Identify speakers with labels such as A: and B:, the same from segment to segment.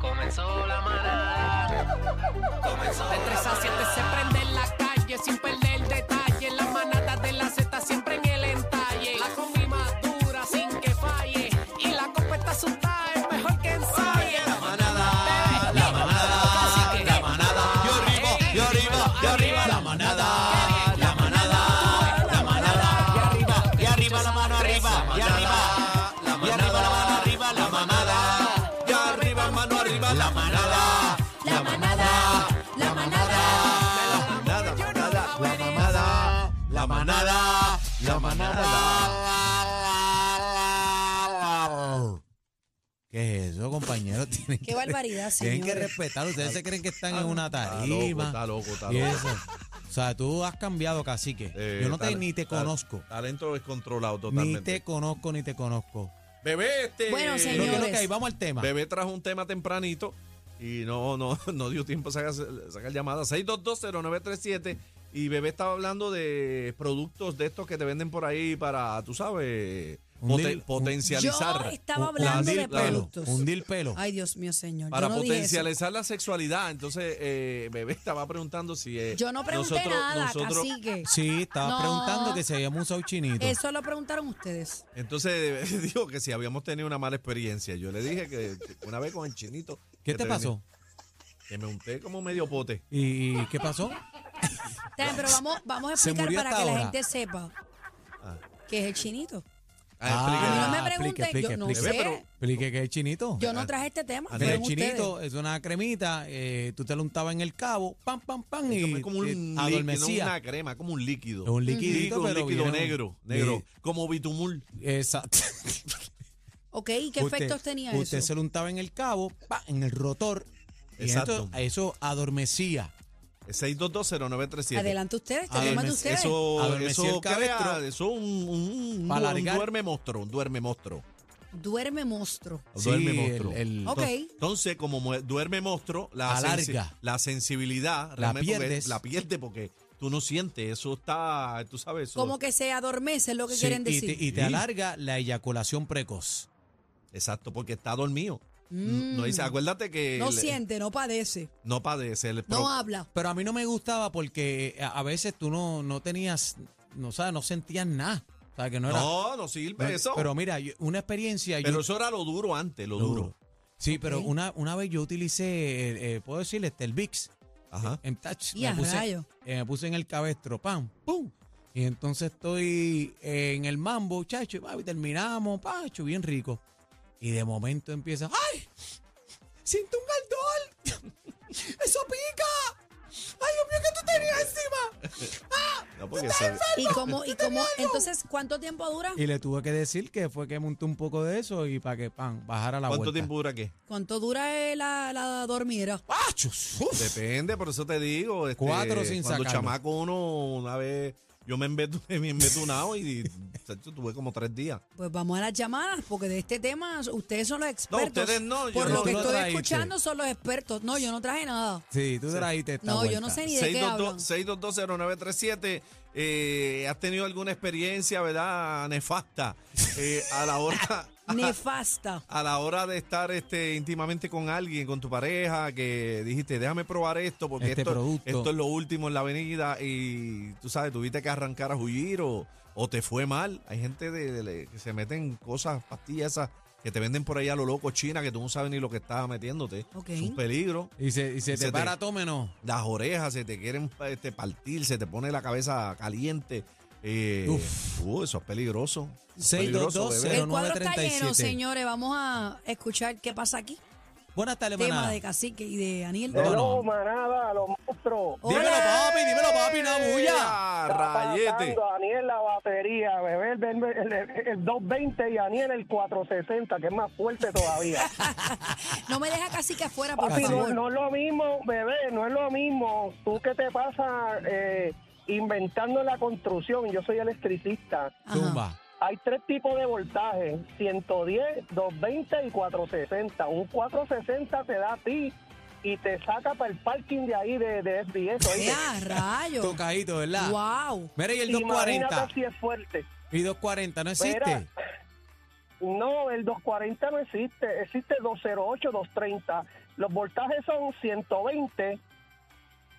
A: comenzó la manada. Comenzó
B: De 3 a 7 se prende en la calle sin perder detalle. La manada de la Z siempre en el entalle. La combi madura sin que falle. Y la copa está asustada, es mejor que ensaye. La manada, la manada, la manada.
C: Yo arriba, yo arriba, yo arriba la manada. La manada, la manada. Y arriba, y arriba la mano arriba, y arriba. Y arriba la mano arriba, la manada. Y arriba mano arriba, la manada. La manada, la manada. La manada, la manada, la manada, la manada. ¿Qué es eso, compañero? Tienen
D: Qué barbaridad,
C: Tienen que
D: señores.
C: respetar. Ustedes se creen que están en una
E: Está loco,
C: tarima.
E: está loco, está
C: y
E: loco.
C: eso. O sea, tú has cambiado, cacique.
E: Eh,
C: Yo no te,
E: tal-
C: ni te
E: tal-
C: conozco.
E: Talento descontrolado
C: Ni
E: totalmente.
C: te conozco, ni te conozco.
E: Bebé, este.
D: Bueno,
C: Pero que
D: Señores.
C: lo que hay, vamos al tema.
E: Bebé trajo un tema tempranito y no, no, no dio tiempo a sacar, sacar llamada. 6220937 este, y Bebé estaba hablando de productos de estos que te venden por ahí para, tú sabes,
C: Un
E: poten-
C: dil- un-
E: potencializar.
D: Yo estaba
C: Un-
D: hablando
C: hundir
D: de
C: pelo,
D: productos.
C: Hundir pelo.
D: Ay, Dios mío, señor.
E: Para
D: yo no dije eso.
E: potencializar la sexualidad. Entonces, eh, Bebé estaba preguntando si. eh,
D: Yo no pregunté
E: nosotros-
D: nada,
E: nosotros-
D: cacique.
C: Sí, estaba
D: No.
C: preguntando que si habíamos usado chinito.
D: Eso lo preguntaron ustedes.
E: Entonces eh, dijo que si habíamos tenido una mala experiencia. Yo le dije que una vez con el chinito.
C: ¿Qué
E: que
C: te pasó?
E: venía- Que me unté como medio pote.
C: ¿Y, y qué pasó?
D: Está bien, Pero vamos, vamos a
C: Se
D: explicar
C: murió
D: para
C: hasta
D: que la
C: ahora.
D: gente sepa
E: Ah.
D: qué es el chinito.
C: Ah,
D: a mí no me
C: explique,
D: pregunten,
C: explique,
D: yo no sé.
C: explique.
E: Bebé, pero-
C: Explique qué es chinito.
D: Yo no traje este tema.
E: Ah,
C: Mira,
D: fueron
C: el chinito
D: ustedes.
C: es una cremita, eh, tú te lo untabas en el cabo, pam, pam, pam,
E: explícame.
C: y
E: Es como un
C: te
E: líquido, no
C: adormecía.
E: una crema, como un líquido.
C: Es un liquidito,
E: un
C: pero
E: líquido
C: bien-
E: negro, negro,
C: bien-
E: como bitumul.
C: Exacto.
D: Ok, ¿y qué
C: Usted-
D: efectos tenía
C: Usted
D: eso?
C: se lo untaba en el cabo, pa, en el rotor, y
E: Exacto.
C: esto- eso adormecía.
E: 6220937.
D: Adelante ustedes, este
C: Adorme-
D: tema de ustedes.
E: Eso,
C: Adormeció
E: eso
C: el cabestro.
E: crea- eso un, un, un-
C: Pa'
E: un
C: alargar.
E: duerme monstruo, un duerme monstruo.
D: Duerme monstruo.
E: Duerme monstruo.
C: el- el-
D: Ok.
E: Entonces, como mu- duerme monstruo, la,
C: Alarga.
E: sensi- la sensibilidad realmente porque
C: pierdes.
E: la pierde porque tú no sientes, eso está, tú sabes, eso.
D: Como que se adormece, es lo que
C: sí,
D: quieren
C: y
D: decir.
C: te, y te
E: Sí.
C: alarga la eyaculación precoz.
E: Exacto, porque está dormido.
D: Mm.
E: No dice, acuérdate que
D: No
E: le-
D: siente, no padece,
E: no padece, el
D: no
E: pro-
D: habla.
C: Pero a mí no me gustaba porque eh, a a veces tú no, no tenías, no, o sea, no sentías nada. O sea, que no era...
E: no, no sirve
C: no-
E: eso.
C: Pero mira, yo- una experiencia... yo-
E: Pero eso era lo duro antes, lo
C: duro.
E: duro.
C: Sí, pero
D: Ok.
C: una, una vez yo utilicé, eh, eh, puedo decirle, este, el VIX.
E: Ajá.
C: En touch,
D: Y a rayo.
C: eh, me puse en el cabestro, pam, pum. Y entonces estoy eh, en el mambo, chacho, y papi, terminamos, pacho, bien rico. Y de momento empieza, ¡ay! ¡Siento un galdón! ¡Eso pica! ¡Ay, Dios mío, que tú tenías encima!
E: No, porque eso-
D: Y como, y como, entonces, ¿cuánto tiempo dura?
C: Y le tuve que decir que fue que monté un poco de eso y para que, pam, bajara la
E: ¿Cuánto
C: vuelta.
E: tiempo dura qué?
D: ¿Cuánto dura eh, la, la dormida?
C: ¡Pacho! ¡Uf!
E: Depende, por eso te digo. Este,
C: Cuatro sin
E: Cuando
C: sacarlo.
E: chamaco uno, una vez, yo me embetu- me embetunado y, chacho, tuve como tres días.
D: Pues vamos a las llamadas, porque de este tema ustedes son los expertos.
E: ustedes no, yo
D: Por
E: no.
D: lo que
C: Tú no
D: estoy
C: trajiste.
D: escuchando son los expertos. No, yo no traje nada.
C: Sí, tú trajiste esta
D: No, yo no
C: vuelta.
D: sé ni de qué hablan.
E: 6220937, eh, ¿has tenido alguna experiencia, verdad, nefasta eh, a la hora...
D: Nefasta.
E: A la hora de estar este, íntimamente con alguien, con tu pareja, que dijiste, déjame probar esto porque
C: Este
E: esto,
C: producto.
E: esto es lo último en la avenida y tú sabes, tuviste que arrancar a huir o, o te fue mal. Hay gente de, de- de- que se meten cosas, pastillas esas que te venden por ahí a lo loco China que tú no sabes ni lo que estás metiéndote.
D: Ok.
E: Es un peligro.
C: Y se, y se
E: Se
C: te
E: te-
C: para tómeno.
E: las orejas se te quieren este, partir, se te pone la cabeza caliente. Eh,
C: Uf.
E: uh, eso es peligroso. Es peligroso,
C: 6220937.
E: bebé.
D: El cuadro está lleno,
C: 0937.
D: señores. Vamos a escuchar qué pasa aquí.
C: Buenas tardes,
D: Tema
C: manada.
D: de Cacique y de Aniel.
C: No, no.
F: Hello, manada, los monstruos.
D: Hola.
C: Dímelo, papi, dímelo, papi, una bulla.
E: ¡Ah,
F: Está
E: rayete!
F: pasando Daniel la batería, bebé el, el- el- el- el 220 y Daniel el 460, que es más fuerte todavía.
D: No me deja Cacique afuera, por
F: Papi, no,
D: favor.
F: no es lo mismo, bebé, no es lo mismo. Tú que te pasas eh, inventando la construcción, yo soy electricista.
D: Ajá.
C: Zumba.
F: Hay tres tipos de voltaje, 110, 220 y 460. Un 460 te da a ti y te saca para el parking de ahí de, de SBS, ¿oíste?
D: ¡Ya, rayo!
C: Tocadito, ¿verdad?
D: ¡Wow!
C: Mira, y el
F: Imagínate
C: 240.
F: si es fuerte.
C: Y 240, ¿no
F: Mira,
C: existe?
F: No, el 240 no existe, existe 208, 230. Los voltajes son 120,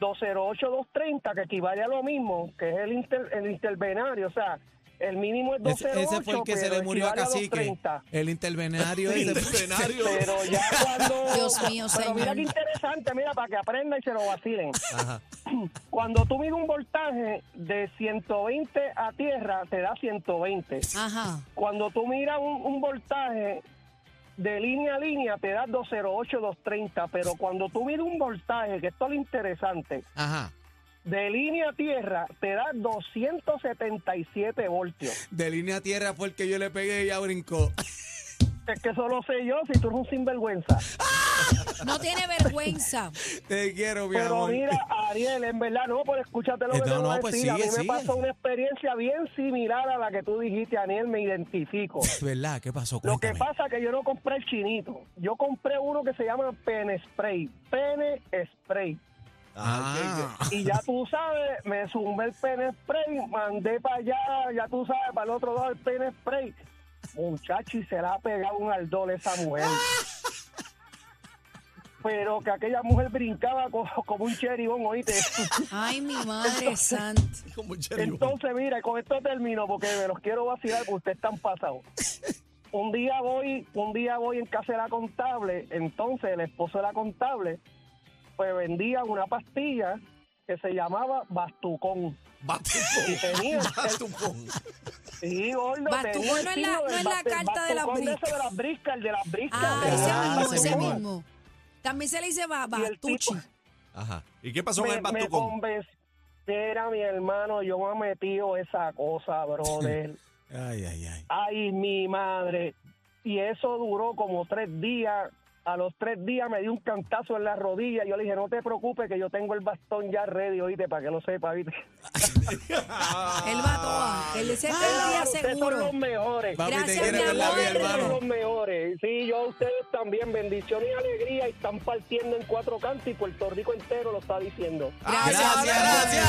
F: 208, 230, que equivale a lo mismo, que es el, inter- el intervenario, o sea, el mínimo es
G: Ese,
F: 208,
G: ese fue el que se
F: pero
G: le murió a
F: equivale
G: Cacique.
F: 230.
G: El intervenario ese fue-
E: Escenario.
F: Pero ya cuando...
D: Dios mío,
F: Pero mira
D: señor.
F: qué interesante, mira, para que aprendan y se lo vacilen.
E: Ajá.
F: Cuando tú mides un voltaje de 120 a tierra, te da 120.
D: Ajá.
F: Cuando tú miras un, un voltaje de línea a línea, te da 208, 230. Pero cuando tú miras un voltaje, que esto es lo interesante,
G: Ajá.
F: de línea a tierra, te da 277 voltios.
G: De línea a tierra fue el que yo le pegué y ya brincó.
F: Es que eso lo sé yo, si tú eres un sinvergüenza.
D: No tiene vergüenza.
G: Te quiero, mi
F: Pero
G: amor.
F: mira, Ariel, en verdad, no, por escucharte lo que
G: Eh,
F: te
G: no,
F: voy a
G: no, pues
F: decir. a mí
G: sigue,
F: me
G: sigue.
F: pasó una experiencia bien similar a la que tú dijiste, Ariel, me identifico.
G: ¿Verdad? ¿Qué pasó?
F: Lo que
G: Cuéntame.
F: pasa es que yo no compré el chinito. Yo compré uno que se llama Pen Spray. Pen Spray.
G: Ah,
F: Y ya tú sabes, me sumé el Pen Spray, mandé para allá, ya tú sabes, para el otro lado el Pen Spray. Muchacho, y se la ha pegado un aldón a esa mujer. Pero que aquella mujer brincaba co- como un cheribón, oíste.
D: Ay, mi madre santa.
E: Como Jerry Boy.
F: Entonces, mira, y con esto termino porque me los quiero vacilar porque ustedes están pasados. Un día voy, un día voy en casa de la contable, entonces el esposo de la contable pues vendía una pastilla que se llamaba Bastucón. Y
E: Batucón.
F: tenía
E: Batucón.
F: sí, gordo, tenía el
D: Bastucón no es la-
F: signo
D: no
F: del
D: es la
F: bas- del
D: carta de las
F: Bastucón
D: briscas.
F: ese de las briscas, el de las briscas.
D: Ah,
F: ¿verdad?
D: ese
G: Ah,
D: mismo,
G: ese
D: ese
G: mismo.
D: mismo. También se le dice ba-
F: Y el tipo-
D: Batuchi.
E: Ajá. ¿Y qué pasó con
F: me,
E: el
F: me
E: batucón?
F: convenció. Mira, mi hermano, yo me he metido esa cosa, brother.
G: ay, ay, ay.
F: Ay, mi madre. Y eso duró como tres días. A los tres días me dio un cantazo en la rodilla. Yo le dije, no te preocupes, que yo tengo el bastón ya ready, oíste, para que lo sepa, ¿viste?
D: El batoa. El ese es el día
F: Ah, ustedes son
D: seguro.
F: los mejores.
G: Papi, te
D: Gracias,
G: quiero
D: mi
G: ver la vida,
D: amor.
F: Ustedes son
G: hermano.
F: los mejores. Sí, yo a ustedes también. Bendiciones y alegría. Y están partiendo en cuatro cantos y Puerto Rico entero lo está diciendo.
G: Gracias, gracias.